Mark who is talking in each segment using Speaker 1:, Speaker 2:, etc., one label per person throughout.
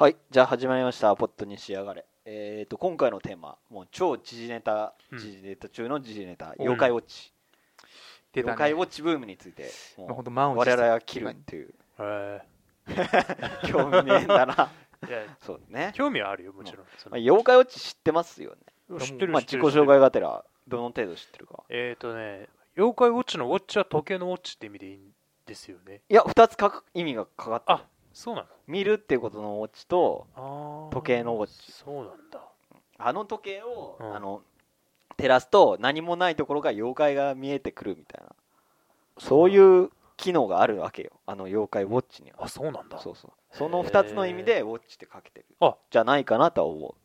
Speaker 1: はい、じゃあ始まりました、ポットに仕上がれ。えー、と今回のテーマ、もう超時事ネタ、
Speaker 2: うん
Speaker 1: 時事ネタ中の時事ネタ、
Speaker 2: お
Speaker 1: 妖怪ウォッチ、
Speaker 2: 出た
Speaker 1: 妖怪
Speaker 2: ね
Speaker 1: ウォッチブームについて、もう
Speaker 2: まあほんと満を持
Speaker 1: 我
Speaker 2: して
Speaker 1: 々は切るっていう、
Speaker 2: へ
Speaker 1: 興味ねえんだ な、
Speaker 2: えいや
Speaker 1: そうね、
Speaker 2: 興味はあるよもちろん、そ
Speaker 1: まあ、
Speaker 2: の
Speaker 1: 妖怪ウォッチ知ってますよね、
Speaker 2: 知ってる
Speaker 1: まあ、
Speaker 2: 知って
Speaker 1: 自己
Speaker 2: る
Speaker 1: 紹介がてら、どの程度知ってるか。
Speaker 2: えっ、ー、とね妖怪ウォッチのウォッチは時計のウォッチって意味でいいんですよね
Speaker 1: いや、2つかく意味がかかってる
Speaker 2: あそうなの
Speaker 1: 見るっていうことのウォッチと、
Speaker 2: あー
Speaker 1: 時計のウォッチ
Speaker 2: そうなんだ
Speaker 1: あの時計を、
Speaker 2: うん
Speaker 1: あの照らすと何もないところが妖怪が見えてくるみたいなそういう機能があるわけよあの妖怪ウォッチには
Speaker 2: あそうなんだ
Speaker 1: そうそうその2つの意味でウォッチってかけてる
Speaker 2: あ
Speaker 1: じゃないかなとは思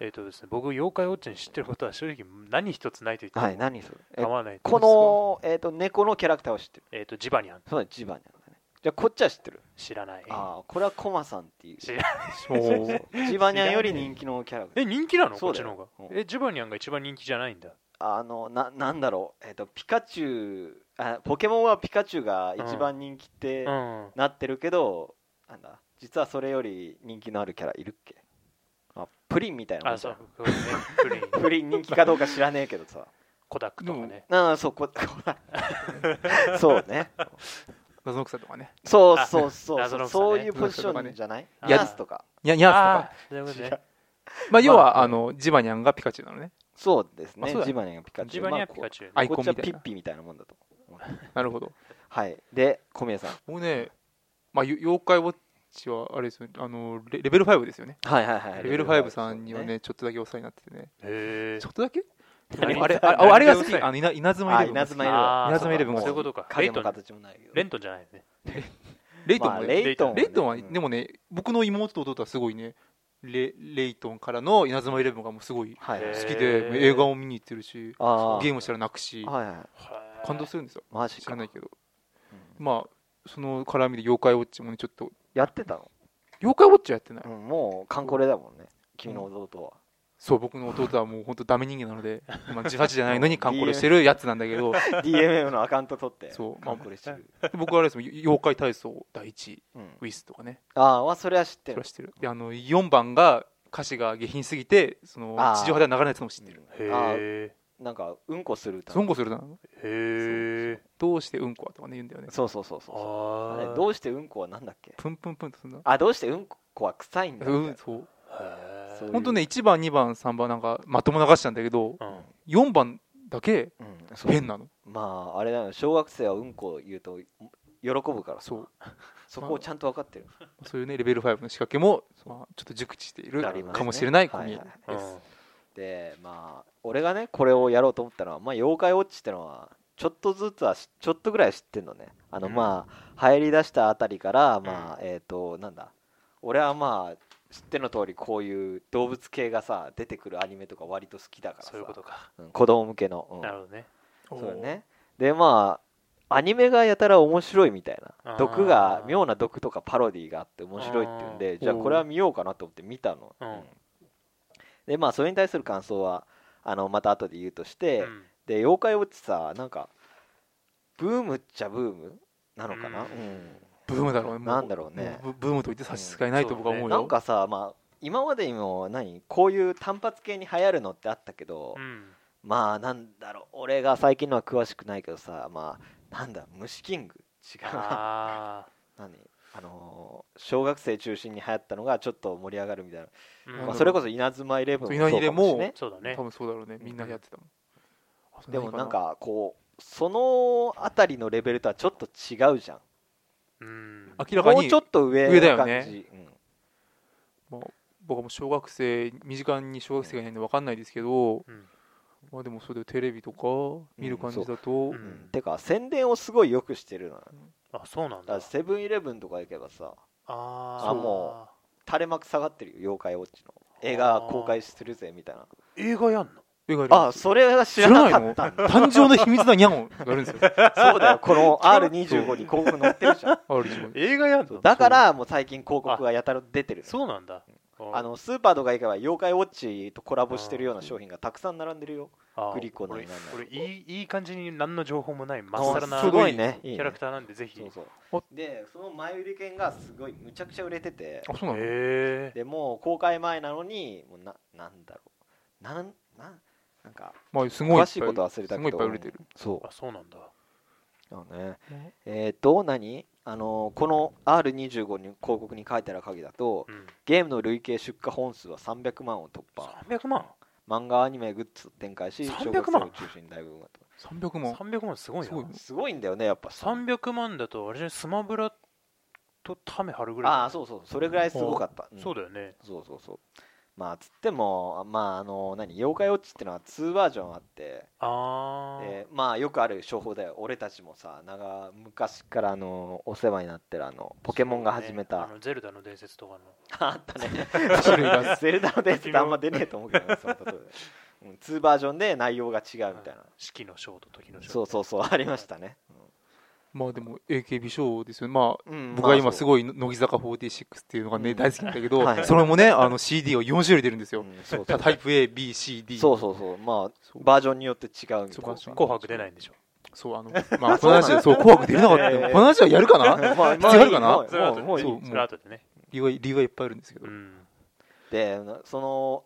Speaker 2: えっ、ー、とですね僕妖怪ウォッチに知ってることは正直何一つないと言っ
Speaker 1: う
Speaker 2: て
Speaker 1: はい
Speaker 2: も
Speaker 1: 何それえ
Speaker 2: 構わない
Speaker 1: この、えー、と猫のキャラクターを知ってる
Speaker 2: えっ、ー、とジバニャン
Speaker 1: そうだジバニャンだねじゃあこっちは知ってる
Speaker 2: 知らない
Speaker 1: ああこれはコマさんっていう
Speaker 2: 知らない
Speaker 1: そうそうジバニャンより人気のキャラクター
Speaker 2: え人気なの
Speaker 1: そ
Speaker 2: こ
Speaker 1: う
Speaker 2: っ
Speaker 1: だ
Speaker 2: ち
Speaker 1: よ
Speaker 2: の方が
Speaker 1: う
Speaker 2: えジバニャンが一番人気じゃないんだ
Speaker 1: あのななんだろう、えー、とピカチュウあポケモンはピカチュウが一番人気って
Speaker 2: うん
Speaker 1: なってるけど、なんだ実はそれより人気のあるキャラいるっけあプリンみたいなもん
Speaker 2: あ
Speaker 1: じ
Speaker 2: そ
Speaker 1: ゃ
Speaker 2: うんそうねプリン
Speaker 1: プリン人気かどうか知らねえけどさ
Speaker 2: コダックとか ね
Speaker 1: ああそうこそうね
Speaker 3: 謎の草とかね。
Speaker 1: そう
Speaker 2: あ
Speaker 1: そうそう
Speaker 2: 謎
Speaker 1: そう、
Speaker 2: の草ね
Speaker 1: そういうポジションじゃない
Speaker 2: あー
Speaker 1: ヤスとか
Speaker 3: ニャニャースと
Speaker 2: あ
Speaker 3: か。
Speaker 2: ーそういうことね
Speaker 3: まあ、要は、
Speaker 1: まあ
Speaker 3: あの、ジバニャンがピカチュウなのね。
Speaker 1: そうですね
Speaker 3: あそうだ
Speaker 1: ジバニャンがピカチュウ
Speaker 2: ジバニャン
Speaker 1: まあ
Speaker 2: ピカチュウね
Speaker 3: アイ
Speaker 1: こ
Speaker 3: コ
Speaker 1: こっ
Speaker 3: ン
Speaker 1: ちは
Speaker 3: みた
Speaker 1: ピ
Speaker 3: い
Speaker 1: ッ
Speaker 3: な。
Speaker 1: ピみたいなもんだと
Speaker 3: なるほど。
Speaker 1: はいで小宮さん
Speaker 3: 僕ね、まあ、ゆ妖怪ウォッチは、あれですよね、あの、レレベル5ですよね。
Speaker 1: はいはいはい
Speaker 3: レベル5さんにはね、ちょっとだけお世話になっててね。
Speaker 2: へえ
Speaker 3: ちょっとだけあ
Speaker 2: 何
Speaker 3: れ、あれ、
Speaker 2: 何
Speaker 3: あれが好き。
Speaker 2: 何
Speaker 3: あの、稲稲妻
Speaker 1: あ
Speaker 3: イレブン
Speaker 1: 稲
Speaker 3: が好き。
Speaker 1: 妻イレブン
Speaker 2: あー
Speaker 3: 稲妻イレブ
Speaker 2: そ
Speaker 3: ンも
Speaker 2: うかそういうことかレ
Speaker 1: 影
Speaker 2: イト
Speaker 1: も
Speaker 2: ン
Speaker 1: 形もないけど
Speaker 2: レントンじゃないよね
Speaker 3: レイトン
Speaker 1: まあ
Speaker 3: もね、
Speaker 1: レイトン
Speaker 3: レイトンは、
Speaker 1: ねうん
Speaker 3: でもね、僕の妹と弟はすごいね、レレイトンからの稲妻イレブンがもうすごい
Speaker 1: はい
Speaker 2: へ
Speaker 3: 好
Speaker 2: ー
Speaker 3: きで、映画を見に行ってるし、
Speaker 1: あ
Speaker 3: ゲームしたら泣くし
Speaker 1: ー、はいはい
Speaker 3: 感動するんですよ。
Speaker 1: マジ
Speaker 3: 知
Speaker 1: から
Speaker 3: ないけど。
Speaker 1: うん
Speaker 3: まあ、その絡みで妖怪ウォッチもね、ちょっと、
Speaker 1: やってたの
Speaker 3: 妖怪ウォッチはやってない。
Speaker 1: うんもう観光例だもんね君の弟は
Speaker 3: そう、僕の弟はもう本当ダメ人間なので、まあ、自殺じゃないのに観光してるやつなんだけど、
Speaker 1: DMM のアカウント取って
Speaker 3: そう
Speaker 1: カンコレしてる、
Speaker 3: 僕はあれですよ妖怪体操第一位、
Speaker 1: うん、
Speaker 3: ウィスとかね、
Speaker 1: ああまあそれは知っ
Speaker 3: そ
Speaker 1: て
Speaker 3: れ
Speaker 1: る
Speaker 3: は知ってる。で、あの、4番が歌詞が下品すぎて、その
Speaker 1: あー、
Speaker 3: 地上波では流れないやつも知ってる。
Speaker 2: へ
Speaker 1: あ
Speaker 2: え
Speaker 1: なんかうんこする歌
Speaker 3: うんこするだろ
Speaker 2: へえ
Speaker 3: どうしてうんこはとかね、言うんだよね。
Speaker 1: そうそうそうそうそうあれ
Speaker 2: あ
Speaker 1: どうしてうんこはなんだっけ
Speaker 3: プンプンプンとするんだ。
Speaker 1: あどうしてうんこは臭いんだ
Speaker 3: う
Speaker 1: み
Speaker 3: ん、
Speaker 1: た
Speaker 3: そう。
Speaker 1: そう
Speaker 2: う
Speaker 3: 本当ね、1番、2番、3番なんか、まとも流したんだけど、4番だけ
Speaker 1: いなうんそう
Speaker 3: 変なの。
Speaker 1: まああれだよ小学生はうんこ言うと喜ぶからそ
Speaker 3: そう。
Speaker 1: そこをちゃんと分かってる
Speaker 3: そういうね、レベル5の仕掛けも、まあ、ちょっと熟知している
Speaker 1: なりますね
Speaker 3: かもしれない子
Speaker 1: はい
Speaker 3: に
Speaker 1: はい
Speaker 2: うん
Speaker 1: ですでまあ俺がねこれをやろうと思ったのは、まあ、妖怪ウォッチってのはちょっとずつはしちょっとぐらいは知ってんのねあの、
Speaker 2: うん
Speaker 1: まあ流行りだしたあたりからまあ、えっ、となんだ俺はまあ知っての通りこういう動物系がさ出てくるアニメとか割と好きだからさ
Speaker 2: そういうことか
Speaker 1: うん子供向けの、うん
Speaker 2: なるほどね
Speaker 1: そうだねでまあアニメがやたら面白いみたいな
Speaker 2: あー
Speaker 1: 毒が妙な毒とかパロディがあって面白いっていうんで
Speaker 3: ー
Speaker 1: じゃあこれは見ようかなと思って見たの、
Speaker 2: うん
Speaker 1: でまあそれに対する感想はあのまた後で言うとして、
Speaker 2: うん
Speaker 1: で妖怪ウォッチさなんかブームっちゃブームなのかな、
Speaker 2: うん
Speaker 3: ブームだろうねも
Speaker 1: なんだろうね
Speaker 3: もブブームと言って差し支えないと僕は思
Speaker 1: うん
Speaker 3: う
Speaker 1: な
Speaker 3: よ、
Speaker 1: んかさまあ今までにも何こういう単発系に流行るのってあったけど、
Speaker 2: うん
Speaker 1: まあなんだろう俺が最近のは詳しくないけどさまあなんだ虫キング違うな
Speaker 2: あ
Speaker 1: 何あのー小学生中心に流行ったのがちょっと盛り上がるみたいな、
Speaker 2: ー
Speaker 3: なん
Speaker 1: ま
Speaker 3: だろ
Speaker 1: あ、
Speaker 3: う
Speaker 1: それこそ稲妻イレブンもそうかもしれないね
Speaker 2: そうだね
Speaker 3: 多分そうだろうねみんなやってたもん、あ
Speaker 1: でもなんかこうそのあたりのレベルとはちょっと違うじゃん
Speaker 2: うん
Speaker 3: 明らかに
Speaker 1: もうちょっと上
Speaker 3: 上だ
Speaker 1: な
Speaker 3: よ
Speaker 1: 感
Speaker 3: ね
Speaker 1: じ、うん
Speaker 3: まあ、僕はもう小学生身近に小学生がいないんで分かんないですけど、
Speaker 2: うん
Speaker 3: まあ、でもそれでテレビとか見る感じだと、
Speaker 2: うん
Speaker 1: うんてか宣伝をすごいよくしてるのよ
Speaker 2: あそうなん
Speaker 1: だから
Speaker 2: だ
Speaker 1: セブンイレブンとか行けばさ
Speaker 2: あ
Speaker 1: あも垂れ幕下がってるよ妖怪ウォッチの映画公開するぜみたいな
Speaker 2: う映画やんの
Speaker 3: 映画やり
Speaker 1: あ
Speaker 3: ます
Speaker 1: それは知らなかったんだ
Speaker 3: 誕生の秘密だにゃんをやるんですよ
Speaker 1: そうだよこの R25 に広告載ってるじゃん
Speaker 3: ある時
Speaker 2: 映画やんの
Speaker 1: だからもう最近広告がやたら出てる
Speaker 2: そうなんだ
Speaker 1: あのスーパーとか以外は妖怪ウォッチとコラボしてるような商品がたくさん並んでるよグリコの
Speaker 2: 俺
Speaker 1: いらない
Speaker 2: 俺いいいい感じに何の情報もないまっさら
Speaker 1: あ
Speaker 2: な
Speaker 1: す
Speaker 2: キ
Speaker 1: ごいねいいね
Speaker 2: ャラクターなんでぜひ
Speaker 1: そう
Speaker 2: へ
Speaker 1: そうでその前売り券がすごいむちゃくちゃ売れてて
Speaker 3: あそうなの
Speaker 2: え
Speaker 1: でもう公開前なのにもうななんだろうなんなんなんか
Speaker 3: まあすごいいっぱ
Speaker 1: 詳しいこと忘れた
Speaker 3: す
Speaker 1: けど
Speaker 3: ごいいっぱい売れてる
Speaker 1: うんそ
Speaker 2: あそうなんだ
Speaker 1: うあのね
Speaker 3: ね
Speaker 1: えっと何あのこの R25 に広告に書いてある限りだと
Speaker 2: うん
Speaker 1: ゲームの累計出荷本数は300万を突破
Speaker 2: 300万
Speaker 1: 漫画アニメグッズを展開し小学
Speaker 2: 300
Speaker 1: 生
Speaker 2: 万
Speaker 1: を中心に大ブームだと
Speaker 3: 300万
Speaker 2: 300万すごい
Speaker 3: すごい
Speaker 2: な
Speaker 1: すごいんだよねやっぱ
Speaker 2: 300万だとあれじゃスマブラとタメ張るぐらい
Speaker 1: ああそうそうそれぐらいすごかった、うん
Speaker 2: そうだよね
Speaker 1: そうそうそうまあつってもあまああの何妖怪ウォッチってのは2バージョンあって
Speaker 2: ああ
Speaker 1: えーまあよくある商法だよ俺たちもさ長昔からあのお世話になってるあのポケモンが始めた、
Speaker 2: あのゼルダの伝説とかの
Speaker 1: あった ね
Speaker 3: 種類が
Speaker 1: ゼルダの伝説あんま出ねえと思うけどねその例 えで、うん、2バージョンで内容が違うみたいな、
Speaker 2: 四季のショーと時のショー
Speaker 1: そうそうそうありましたね、
Speaker 3: まあでも AKB 賞ですよねまあ
Speaker 1: うん
Speaker 3: 僕は今す
Speaker 1: い、
Speaker 3: ごい乃木坂46っていうのがね
Speaker 1: うん
Speaker 3: 大好きなんだけ
Speaker 1: は
Speaker 3: ど
Speaker 1: い
Speaker 3: それもねあの CD を4種類出るんです
Speaker 1: まあ
Speaker 3: よ
Speaker 1: そううんそうそう
Speaker 3: タ イプ ABCD
Speaker 1: そうそうそうま
Speaker 3: そ
Speaker 1: あ
Speaker 3: う
Speaker 1: バージョンによって違うみたいな
Speaker 3: そうかそう
Speaker 2: 紅白出ないんでしょ
Speaker 3: そうあのま あこの話はそう紅白出れなかったけ
Speaker 1: え
Speaker 3: ど
Speaker 1: ー
Speaker 3: この話はやるかな
Speaker 1: まあまあ
Speaker 3: 必要あるかな
Speaker 1: もう
Speaker 2: それは後
Speaker 1: も
Speaker 2: で
Speaker 1: うもういい
Speaker 3: そう
Speaker 2: それは後でね
Speaker 3: 理由は理由はいっぱいあるんですけど
Speaker 2: うん
Speaker 1: でなその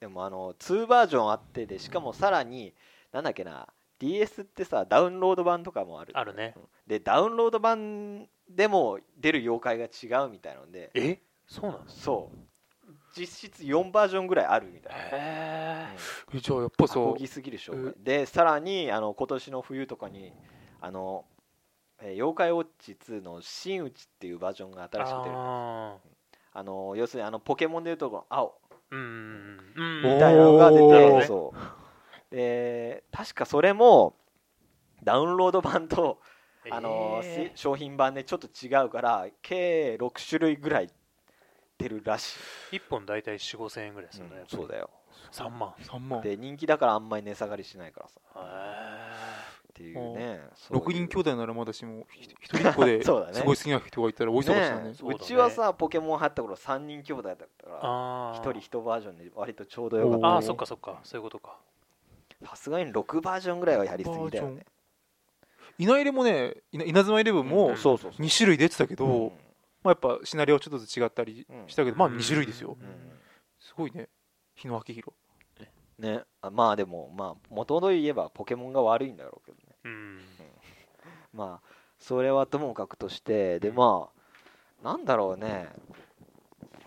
Speaker 1: でもあの2バージョンあってでしかもさらになんだっけな DS ってさダウンロード版とかもある
Speaker 2: あるね
Speaker 1: うんでダウンロード版でも出る妖怪が違うみたいなので
Speaker 2: えそうなの
Speaker 1: そう実質4バージョンぐらいあるみたいな
Speaker 2: へえ
Speaker 3: えじゃあやっぱさ
Speaker 1: アコギすぎる紹介でさらにあの今年の冬とかにあの「えー妖怪ウォッチ2」の「新内」っていうバージョンが新しく出る
Speaker 2: あ
Speaker 1: あの要するにあのポケモンでいうとこの青
Speaker 2: ーうんうんうん
Speaker 1: みたいなのが出
Speaker 3: お
Speaker 2: ー
Speaker 1: てそうで確かそれもダウンロード版とあの、
Speaker 2: え
Speaker 1: せ商品版でちょっと違うから計6種類ぐらい出るらしい、
Speaker 2: ー一本大体4 5千円ぐらいですよ
Speaker 1: う
Speaker 2: ね
Speaker 1: んそうだよ
Speaker 2: 3万
Speaker 3: 3万
Speaker 1: で人気だからあんまり値下がりしないからさ
Speaker 2: へー
Speaker 1: っていうねそういう
Speaker 3: 6人兄弟ならまだしもひ一人っ子で
Speaker 1: そうだね
Speaker 3: すごい好きな人がいたら大忙しだね
Speaker 1: ね
Speaker 2: そう
Speaker 1: う
Speaker 2: だね
Speaker 1: ちはさポケモン入った頃3人兄弟だったから
Speaker 2: あー
Speaker 1: 1人1バージョンで割とちょうどよかっ
Speaker 3: お
Speaker 2: あ
Speaker 3: ー
Speaker 2: あそっかそっかそういうことか
Speaker 1: たさすがに6バージョンぐらいはやりすぎだよね
Speaker 3: いないれもねいな稲妻イレブン
Speaker 2: う
Speaker 3: も
Speaker 2: ん
Speaker 1: そうそうそう
Speaker 3: 2種類出てたけど、
Speaker 1: うん
Speaker 3: まあ、やっぱシナリオはちょっとずつ違ったりしたけど、まあ2種類ですよ
Speaker 1: う、ん
Speaker 3: すごいね日野明宏
Speaker 1: ねあまあでもまあもともと言えばポケモンが悪いんだろうけどね
Speaker 2: うん
Speaker 1: まあそれはともかくとしてでまあなんだろうね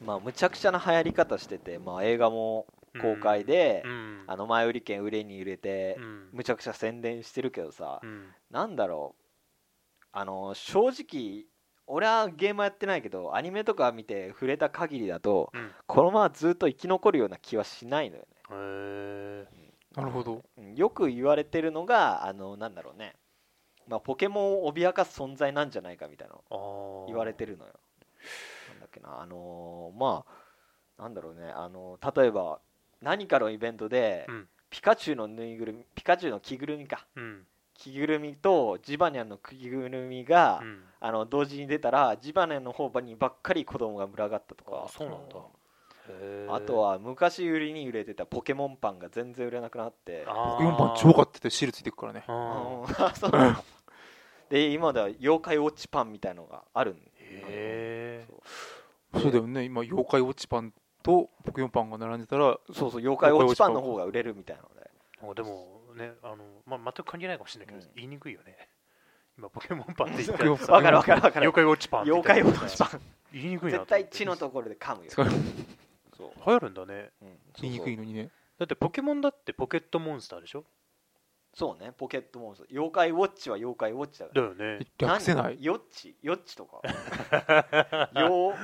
Speaker 1: まあむちゃくちゃな流行り方しててまあ映画も公開で
Speaker 2: う、ん
Speaker 1: あの前売り券売れに売れて
Speaker 2: う、ん
Speaker 1: むちゃくちゃ宣伝してるけどさ、
Speaker 2: うん
Speaker 1: なんだろうあの正直俺はゲームはやってないけどアニメとか見て触れた限りだと
Speaker 2: うん
Speaker 1: このままずっと生き残るような気はしないのよね
Speaker 2: へえ
Speaker 3: なるほど
Speaker 1: うんよく言われてるのがあのなんだろうね、まあ、ポケモンを脅かす存在なんじゃないかみたいなの
Speaker 2: あー
Speaker 1: 言われてるのよなんだっけなあのーまあなんだろうねあの例えば何かのイベントで、
Speaker 2: うん
Speaker 1: ピカチュウのぬいぐるみピカチュウの着ぐるみか
Speaker 2: うん
Speaker 1: 着ぐるみとジバニャンの着ぐるみが、
Speaker 2: うん
Speaker 1: あの同時に出たらジバニャンの方にばっかり子供が群がったとか
Speaker 2: あそうなんだへー
Speaker 1: あとは昔売りに売れてたポケモンパンが全然売れなくなって
Speaker 2: あー
Speaker 3: ポケモンパン超買っててシールついてくからね
Speaker 2: うん
Speaker 1: あそうなので今では妖怪ウォッチパンみたいのがあるん
Speaker 2: へえ
Speaker 3: そうだよね今妖怪ウォッチパンとポケモンパンが並んでたら
Speaker 1: そうそう妖怪ウォッチパンの方が売れるみたいなので
Speaker 2: なんかでもねあの、まあ、全く関係ないかもしれないけど、言いにくいよね今ポケモンパ ンって言ったらさ
Speaker 1: わかるわかるわかる
Speaker 2: 妖怪ウォッチパンって言
Speaker 1: 妖
Speaker 2: った
Speaker 1: 怪ウォ
Speaker 2: ら
Speaker 1: ッチ パン
Speaker 2: 言いにくいなと思
Speaker 1: 絶
Speaker 2: って
Speaker 1: 対地のところで噛むよ
Speaker 3: 使う
Speaker 1: そう
Speaker 2: 流行るんだね
Speaker 1: うんそうそう
Speaker 3: 言いにくいのにね
Speaker 2: だってポケモンだってポケットモンスターでしょ
Speaker 1: そうねポケットモンスター妖怪ウォッチは妖怪ウォッチだか
Speaker 2: だ
Speaker 1: ら
Speaker 2: よね
Speaker 3: 略せない
Speaker 1: 何ヨッチヨッチとか 妖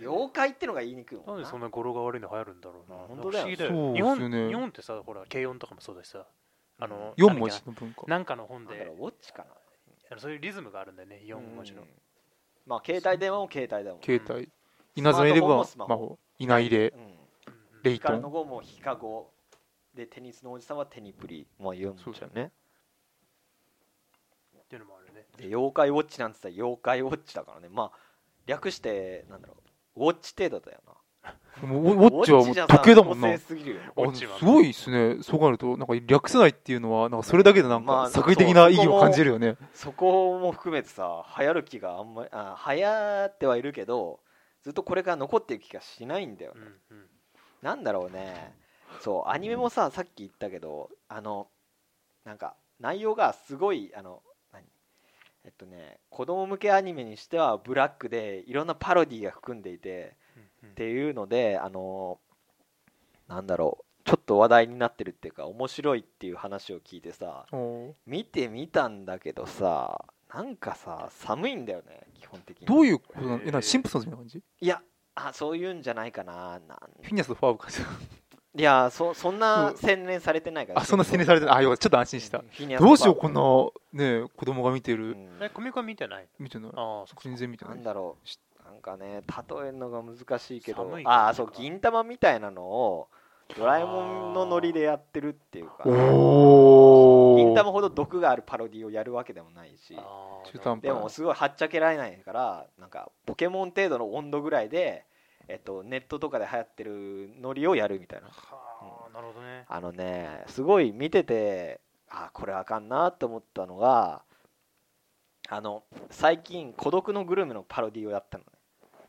Speaker 1: 妖怪ってのが言いにくい
Speaker 2: な
Speaker 1: も
Speaker 2: ん
Speaker 1: ん
Speaker 2: で
Speaker 1: な
Speaker 2: そんな語呂が悪いの流行るんだろうな
Speaker 1: 本当だよ
Speaker 2: なんか不思議だよ
Speaker 3: そう
Speaker 2: 日
Speaker 3: ですよ
Speaker 2: 本
Speaker 3: ね
Speaker 2: 日本ってさほら軽音とかもそうだしさあの
Speaker 3: 4
Speaker 2: なん
Speaker 3: 文字
Speaker 2: だっ
Speaker 3: の文化
Speaker 2: けななんかの本
Speaker 1: なんだろ
Speaker 2: で
Speaker 1: うウォッチかな
Speaker 2: あのそういうリズムがあるんだよね4文字の
Speaker 1: うんまあ携帯電話も携帯だもん
Speaker 3: 携帯稲妻イレブンはスマホ稲入れ
Speaker 1: うん
Speaker 2: うん
Speaker 3: レイ
Speaker 1: ヒ
Speaker 3: ト
Speaker 1: カルの
Speaker 3: ン
Speaker 1: 碁もヒカゴでテニスのおじさんはテニプリもう言うん
Speaker 3: そう
Speaker 1: じ
Speaker 3: だ
Speaker 1: ゃ
Speaker 3: よ
Speaker 1: んね
Speaker 2: っていうのもあるね
Speaker 1: で妖怪ウォッチなんて言ったら妖怪ウォッチだからねまあ略してなんだろうウォッチ程度だよな
Speaker 3: もうウォッチはもう時計だもんな
Speaker 1: 個性すぎるよ
Speaker 2: ウォ
Speaker 3: あ
Speaker 2: ッチは
Speaker 3: すごいですねそう考えるとなんか略せないっていうのはなんかそれだけでなん
Speaker 1: まあ
Speaker 3: か作為的な意義
Speaker 1: そう
Speaker 3: を感じるよね、
Speaker 1: そこも含めてさ流行る気があんまりあ流行ってはいるけどずっとこれから残っていく気がしないんだよ
Speaker 2: う、んうん
Speaker 1: なんだろう ねそうアニメもささっき言ったけどあのなんか内容がすごいあの何えっとね子供向けアニメにしてはブラックでいろんなパロディーが含んでいて
Speaker 2: うんうん
Speaker 1: っていうのであのなんだろうちょっと話題になってるっていうか面白いっていう話を聞いてさ
Speaker 3: おー
Speaker 1: 見てみたんだけどさなんかさ寒いんだよね基本的に
Speaker 3: どう
Speaker 1: う
Speaker 3: いうことなのえなんかシンプソンズみたいな感じ
Speaker 1: いやあそういうんじゃないかななん
Speaker 3: フィニアスとファーブか
Speaker 1: いやそそんな
Speaker 3: そう
Speaker 1: 洗練されてないから
Speaker 3: あそんな宣伝されてないあよかったちょっと安心した
Speaker 1: フィニアス
Speaker 3: どうしよう
Speaker 1: パ
Speaker 3: こ
Speaker 1: ー
Speaker 3: んなね子供が見て
Speaker 1: ク
Speaker 3: る
Speaker 1: うん
Speaker 2: えコミコン見てない
Speaker 3: 見てない
Speaker 2: ああそっか
Speaker 3: 全然見てな
Speaker 1: ないんだろうなんかね例えるのが難しいけど
Speaker 2: 寒いから
Speaker 1: ああそう銀玉みたいなのをドラえもんのノリでやってるっていうか
Speaker 3: おお
Speaker 1: 銀玉ほど毒があるパロディをやるわけでもないし
Speaker 2: ああ
Speaker 3: 中途半端
Speaker 1: でもすごいはっちゃけられないからなんかポケモン程度の温度ぐらいで、えっと、ネットとかで流行ってるノリをやるみたいな
Speaker 2: はあなるほどね
Speaker 1: あのねすごい見ててあこれあかんなと思ったのがあの最近「孤独のグルメ」のパロディをやったのね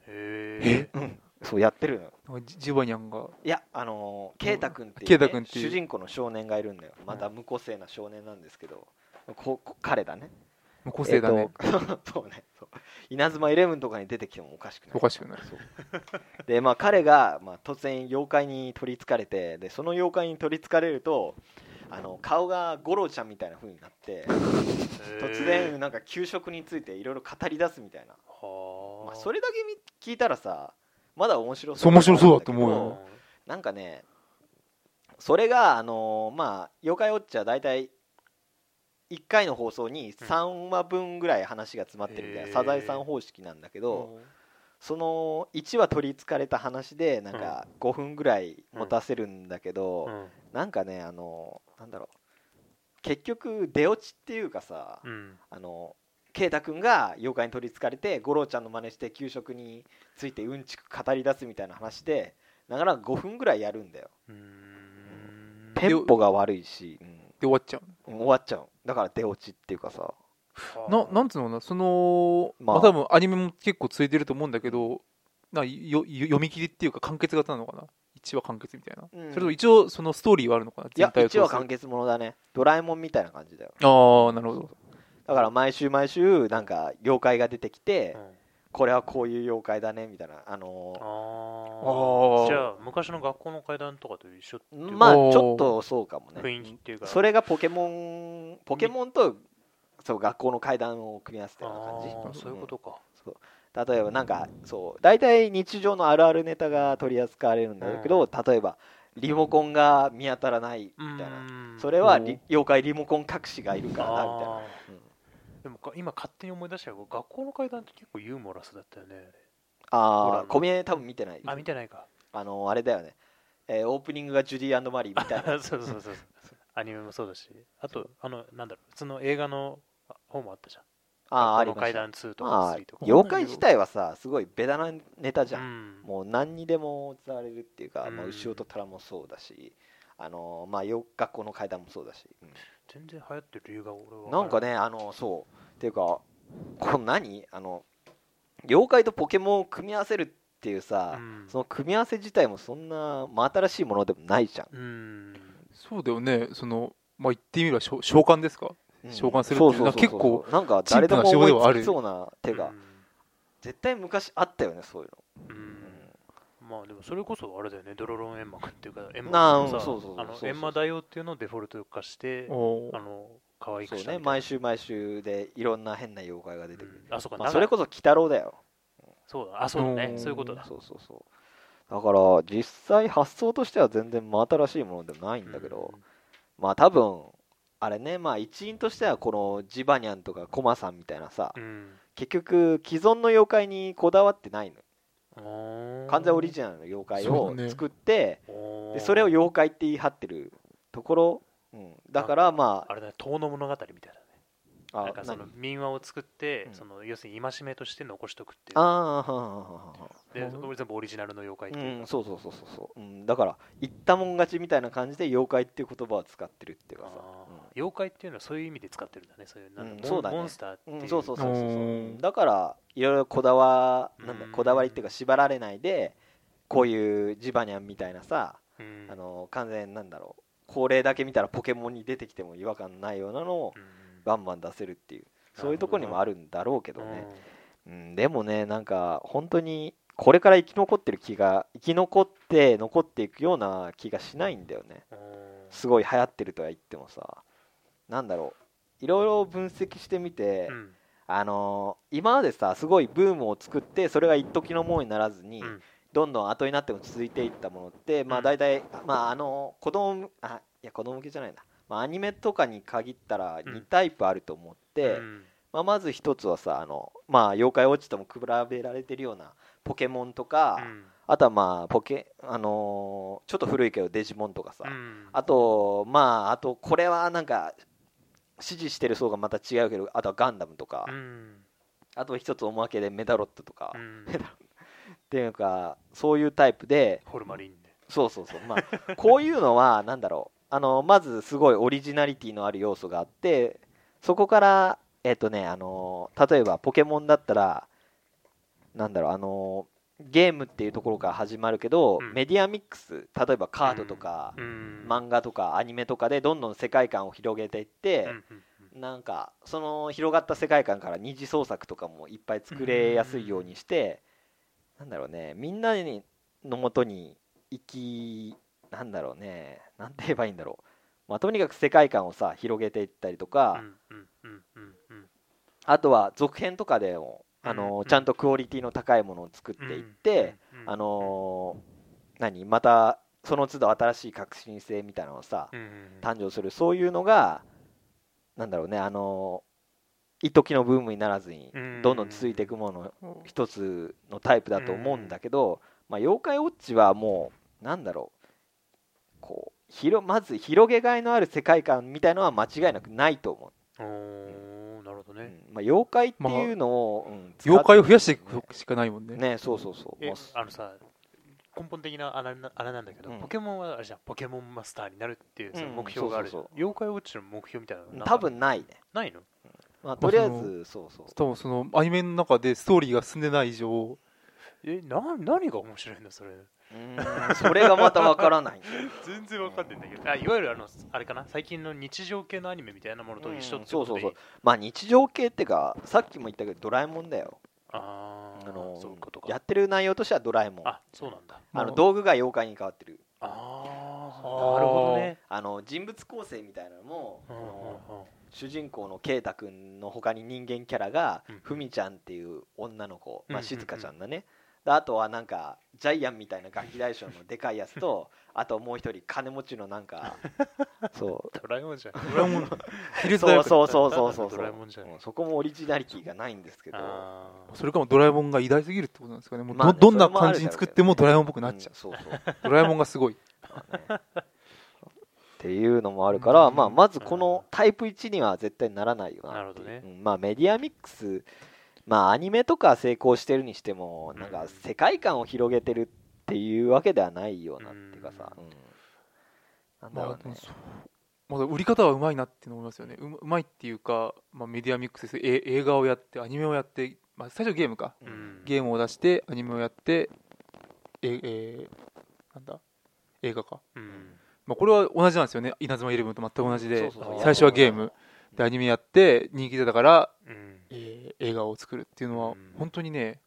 Speaker 2: へえ
Speaker 1: そうやってるの
Speaker 3: なんかジジバニャンが
Speaker 1: いやあのーケイタ君ってい
Speaker 3: ケ
Speaker 1: う,、
Speaker 3: イタ君ってい
Speaker 1: 主
Speaker 3: う
Speaker 1: 人公の少年がいるんだよまた無個性な少年なんですけど、ここ彼だね
Speaker 3: 無個性だね、
Speaker 1: えっと そうねそう稲妻イレブンとかに出てきてもおかしくない
Speaker 3: おかしくない
Speaker 1: そうでまあ彼が、まあ、突然妖怪に取りつかれてでその妖怪に取りつかれるとあの顔がゴロちゃんみたいな風になって突然なんか給食についていろいろ語り出すみたいな、
Speaker 2: は
Speaker 1: ま
Speaker 2: あ
Speaker 1: あ、それだけみ聞いたらさまだ面白
Speaker 3: そう面白そうだと思うよ
Speaker 1: なんだけどなんかねそれがあのーまあ妖怪ウォッチャー大体1回の放送に3話分ぐらい話が詰まってるみたいな、
Speaker 2: へー
Speaker 1: サザエさん方式なんだけど、その1話取りつかれた話でなんか5分ぐらい持たせるんだけど、
Speaker 2: うん
Speaker 1: なんかねあのなんだろう結局出落ちっていうかさ、
Speaker 2: うん
Speaker 1: あの圭太君が妖怪に取りつかれて五郎ちゃんの真似して給食についてうんちく語り出すみたいな話でなかなか5分ぐらいやるんだよ
Speaker 2: うーん
Speaker 1: テンポが悪いし、
Speaker 3: で終わっちゃう
Speaker 1: うん、終わっちゃうだから出落ちっていうかさ
Speaker 3: ななんつうのかなその、
Speaker 1: ま
Speaker 3: ま
Speaker 1: あ
Speaker 3: あ、多分アニメも結構続いてると思うんだけどなよよ読み切りっていうか完結型なのかな一話完結みたいな、
Speaker 1: うん
Speaker 3: それとも一応そのストーリーはあるのかない
Speaker 1: や
Speaker 3: 全体を通
Speaker 1: 1話
Speaker 3: すあ
Speaker 1: 完結ものだねドラえもんみたいな感じだよ
Speaker 3: あーなるほど
Speaker 1: だから毎週毎週なんか妖怪が出てきて、
Speaker 2: うん
Speaker 1: これはこういう妖怪だねみたいなあの
Speaker 2: あ
Speaker 3: あ
Speaker 2: あ
Speaker 3: ー
Speaker 2: じゃあ昔の学校の階段とかと一緒っていうか
Speaker 1: まあち
Speaker 3: おー
Speaker 1: ょっとそうかもね
Speaker 2: 雰囲気っていうか
Speaker 1: それがポケモンポケモンとそう学校の階段を組み合わせたような
Speaker 2: あ
Speaker 1: 感
Speaker 2: あ
Speaker 1: じ
Speaker 2: そういうことか
Speaker 1: うん例えばなんかそう大体日常のあるあるネタが取り扱われるんだけど、例えばリモコンが見当たらないみたいな、
Speaker 2: な
Speaker 1: それは
Speaker 3: うん
Speaker 1: り妖怪リモコン隠しがいるからなみたいな、うん
Speaker 2: でもか今勝手に思い出したけど学校の階段って結構ユーモラスだったよねほ
Speaker 1: あ
Speaker 2: ら
Speaker 1: あ小宮多分見てない
Speaker 2: あ見てな いか
Speaker 1: あのあれだよね、えーオープニングがジュディマリーみたい な
Speaker 2: そうそうそうそうアニメもそうだしあとあのなんだろう普通の映画のあ方もあったじゃん
Speaker 1: あーあ
Speaker 2: 学
Speaker 1: り
Speaker 2: 校の
Speaker 1: まし
Speaker 2: 階
Speaker 1: た
Speaker 2: 段2と
Speaker 1: ま
Speaker 2: か
Speaker 1: あ
Speaker 2: 3とか
Speaker 1: 妖怪自体はさすごいベタなネタじゃ、
Speaker 2: うんん
Speaker 1: もう何にでも使われるっていうか、まあ、
Speaker 2: うん
Speaker 1: 牛尾と虎もそうだしあのまあよ学校の階段もそうだし、うん
Speaker 2: 全然流行ってる理由が俺は
Speaker 1: なんか
Speaker 2: ね
Speaker 1: ねあのそうっていうかこの何あの妖怪とポケモンを組み合わせるっていうさ、その組み合わせ自体もそんな真新しいものでもないじゃん、
Speaker 2: うん
Speaker 3: そうだよねそのまあ言ってみればしょ召喚ですか召喚するってい
Speaker 1: そ
Speaker 3: う
Speaker 1: うそうそうそう
Speaker 3: 結構
Speaker 1: なんか誰でも
Speaker 3: 陳腐な仕事
Speaker 1: 思
Speaker 3: ではあ
Speaker 1: い
Speaker 3: る
Speaker 1: つきそうな手が、絶対昔あったよねそういう
Speaker 2: うん、う
Speaker 1: の、
Speaker 2: んまあでもそれこそあれだよね、ドロロン円幕っていうか、円幕
Speaker 1: なあ
Speaker 2: のさ
Speaker 1: うんそうそうそうそ
Speaker 2: あ
Speaker 1: う
Speaker 2: の
Speaker 1: そう
Speaker 2: 円幕だよっていうのをデフォルト化して、
Speaker 3: お
Speaker 2: あ
Speaker 3: ー
Speaker 2: の可愛
Speaker 1: そ
Speaker 2: く
Speaker 1: う
Speaker 2: した
Speaker 1: ね
Speaker 2: みたいな
Speaker 1: 毎週毎週でいろんな変な妖怪が出てくる、
Speaker 2: うんあ、そうか、
Speaker 1: まあ、
Speaker 2: 長
Speaker 1: それこそ鬼太郎だよ
Speaker 2: そうだ、あ、そうだね
Speaker 3: う、ん
Speaker 2: そういうことだ。
Speaker 1: そうそうそうだから実際発想としては全然真新しいものでもないんだけど、まあ多分あれねまあ一員としてはこのジバニャンとかコマさんみたいなさ、
Speaker 2: うん、
Speaker 1: 結局既存の妖怪にこだわってないの
Speaker 2: うん、
Speaker 1: 完全オリジナルの妖怪を
Speaker 3: そうだね
Speaker 1: 作って
Speaker 2: ナル
Speaker 1: でそれを妖怪って言い張ってるところ、うん、だからまあ
Speaker 2: あれだね、遠の物語みたい
Speaker 1: あ
Speaker 2: なんかその
Speaker 1: 何
Speaker 2: 民話を作って、
Speaker 1: うん
Speaker 2: その要するに戒めとして残しとくっていう
Speaker 1: ああ
Speaker 2: でこれ全部オリジナルの妖怪っていう
Speaker 1: う
Speaker 2: か
Speaker 1: ん、そうそうそうそうそう、うん、だから言ったもん勝ちみたいな感じで妖怪っていう言葉を使ってるっていうかさ
Speaker 2: あー妖怪っていうのはそういう意味で使ってるんだねそういうなん
Speaker 1: うん
Speaker 2: かモン
Speaker 1: そうだね
Speaker 2: モンスターっ
Speaker 1: う
Speaker 2: て
Speaker 1: ん、
Speaker 2: いう、
Speaker 1: うん、そうそうそうそうそうう
Speaker 3: お
Speaker 1: ん
Speaker 3: ー
Speaker 1: だからいろいろこだわなんだ
Speaker 2: うん
Speaker 1: こだわりっていうか縛られないでこういうジバニャンみたいなさ、
Speaker 2: うん
Speaker 1: あの完全なんだろう恒例だけ見たらポケモンに出てきても違和感ないようなのを
Speaker 2: うん
Speaker 1: バンバン出せるっていうそういうとこにもあるんだろうけどね、うん、でもねなんか本当にこれから生き残ってる気が生き残って残っていくような気がしないんだよね
Speaker 2: うんうん
Speaker 1: すごい流行ってるとは言ってもさなんだろういろいろ分析してみて、
Speaker 2: うん
Speaker 1: あのー今までさすごいブームを作ってそれが一時のものにならずに、
Speaker 2: うん
Speaker 1: どんどん後になっても続いていったものって、ま
Speaker 2: う
Speaker 1: あ、
Speaker 2: ん
Speaker 1: 大体、まあ、あの子供あいや子供向けじゃないな、まあ、アニメとかに限ったら
Speaker 2: うん
Speaker 1: 2タイプあると思って、
Speaker 2: うん
Speaker 1: まあ、まず一つはさあの、まあ、妖怪落ちとも比べられてるようなポケモンとか、
Speaker 2: うん
Speaker 1: あとはまあポケ、あのーちょっと古いけどデジモンとかさ、
Speaker 2: うん
Speaker 1: あとまああとこれはなんか支持してる層がまた違うけどあとはガンダムとか、
Speaker 2: うん
Speaker 1: あと一つおまけでメダロットとか、
Speaker 2: う
Speaker 1: っ
Speaker 2: ん
Speaker 1: ていうかそういうタイプで
Speaker 2: ホルマリンで
Speaker 1: そうそうそうま あこういうのはなんだろうあのまずすごいオリジナリティのある要素があってそこからえっ、とねあの例えばポケモンだったらなんだろうあのゲームっていうところから始まるけど、
Speaker 2: うん
Speaker 1: メディアミックス例えばカードとか、
Speaker 2: うん
Speaker 1: 漫画とかアニメとかでどんどん世界観を広げていって、
Speaker 2: うんうん
Speaker 1: なんかその広がった世界観から二次創作とかもいっぱい作れやすいようにして、なんだろうねみんなにのもとに行きなんだろうねなんて言えばいいんだろう、まあ、とにかく世界観をさ広げていったりとか、
Speaker 2: うんうんうんうん
Speaker 1: あとは続編とかでも、あ
Speaker 2: うん
Speaker 1: の
Speaker 2: うん
Speaker 1: ちゃんとクオリティの高いものを作っていって、
Speaker 2: うん
Speaker 1: あのー何またその都度新しい革新性みたいなのをさ、
Speaker 2: うんうん
Speaker 1: 誕生するそういうのがなんだろうねあの一時のブームにならずに
Speaker 2: うん
Speaker 1: どんどん続いていくもの一つのタイプだと思うんだけど、まあ、妖怪ウォッチはもうなんだろうこう広まず広げがいのある世界観みたいのは間違いなくないと思
Speaker 2: おーなるほ
Speaker 1: う、う
Speaker 2: どね
Speaker 1: んまあ、妖怪っていうのを、うん使っ
Speaker 3: 妖怪を増やしていくしかないもんね
Speaker 1: ねそうそうそう
Speaker 2: え
Speaker 1: もうす
Speaker 2: あのさ根本的なあれなあれなんだけど、
Speaker 1: うん
Speaker 2: ポケモンはあれじゃんポケモンマスターになるっていうその
Speaker 1: うん
Speaker 2: 目標があるじゃん、
Speaker 1: そうそう
Speaker 2: 妖怪ウォッチの目標みたいなのなんか
Speaker 1: 多分ないね、
Speaker 2: ないの
Speaker 1: まあ、
Speaker 3: ま
Speaker 1: と
Speaker 3: あ
Speaker 1: りあえ
Speaker 3: そ
Speaker 1: ずそうそう
Speaker 3: 多分そのアニメの中でストーリーが進んでない以上
Speaker 2: えな何が面白いんだそれ
Speaker 1: うーんそれがまたわから ない
Speaker 2: 全然わかんないんだけどあいわゆるあのあれかな最近の日常系のアニメみたいなものと一緒ってこと
Speaker 1: うんそうそ
Speaker 2: でいい、
Speaker 1: うそうまあ日常系ってかさっきも言ったけどドラえもんだよ
Speaker 2: あー
Speaker 1: あの
Speaker 2: そういうこと
Speaker 1: や
Speaker 2: か
Speaker 1: ってる内容としてはドラえもんあ
Speaker 2: あそうなんだ
Speaker 3: まあ
Speaker 1: の道具が妖怪に変わってる
Speaker 2: あーなるほどね
Speaker 1: あの人物構成みたいなのも、
Speaker 2: うんうん
Speaker 1: あ
Speaker 2: うん
Speaker 1: の主人公の圭太君の他に人間キャラが、
Speaker 2: うん
Speaker 1: ふみちゃんっていう女の子、まあ、
Speaker 2: うんうんうん
Speaker 1: 静香ちゃんだね、であとはなんかジャイアンみたいなガキ大将のでかいやつ とあともう一人金持ちのなんかそう
Speaker 2: ドラえもんじゃん
Speaker 3: ドラえ もん比率
Speaker 1: そ
Speaker 3: 大
Speaker 1: う
Speaker 3: 学
Speaker 1: そうそうそうそう
Speaker 2: ドラえもんじゃん
Speaker 1: うんそこもオリジナリティがないんですけど
Speaker 2: あー
Speaker 3: それかもドラえもんが偉大すぎるってことなんですかねもうど,、
Speaker 1: まあね
Speaker 3: どんな感じに作っても
Speaker 1: そ
Speaker 3: ド
Speaker 1: れ
Speaker 3: ラえもんっぽくなっちゃ
Speaker 1: う
Speaker 3: う、
Speaker 1: んそうそう
Speaker 3: ドラえもんがす ごい
Speaker 1: っていうのもあるから、
Speaker 3: うん
Speaker 1: まあ、まずこのタイプ1には絶対ならないよなっていう
Speaker 2: なるほど
Speaker 1: うんまあ、メディアミックス、まあ、アニメとか成功してるにしても
Speaker 2: うん
Speaker 1: なんか世界観を広げてるっていうわけではないよなっていうかさ、うんなんだ
Speaker 3: ま
Speaker 1: ろ
Speaker 3: あ
Speaker 1: うね、
Speaker 3: そうまだ売り方はうまいなっていうの思いますよねうまうまいっていうか、まあ、メディアミックスですえ映画をやってアニメをやって、まあ、最初ゲームか
Speaker 2: うん
Speaker 3: ゲームを出してアニメをやってええーなんだ映画か、
Speaker 2: うん
Speaker 3: まあ、これは同じなんですよね稲妻イレブンと全く同じで
Speaker 1: そうそうそう
Speaker 3: 最初はゲームでアニメやって人気出たから、
Speaker 2: うん
Speaker 3: えー映画を作るっていうの
Speaker 2: う
Speaker 3: は
Speaker 2: ん
Speaker 3: 本当にね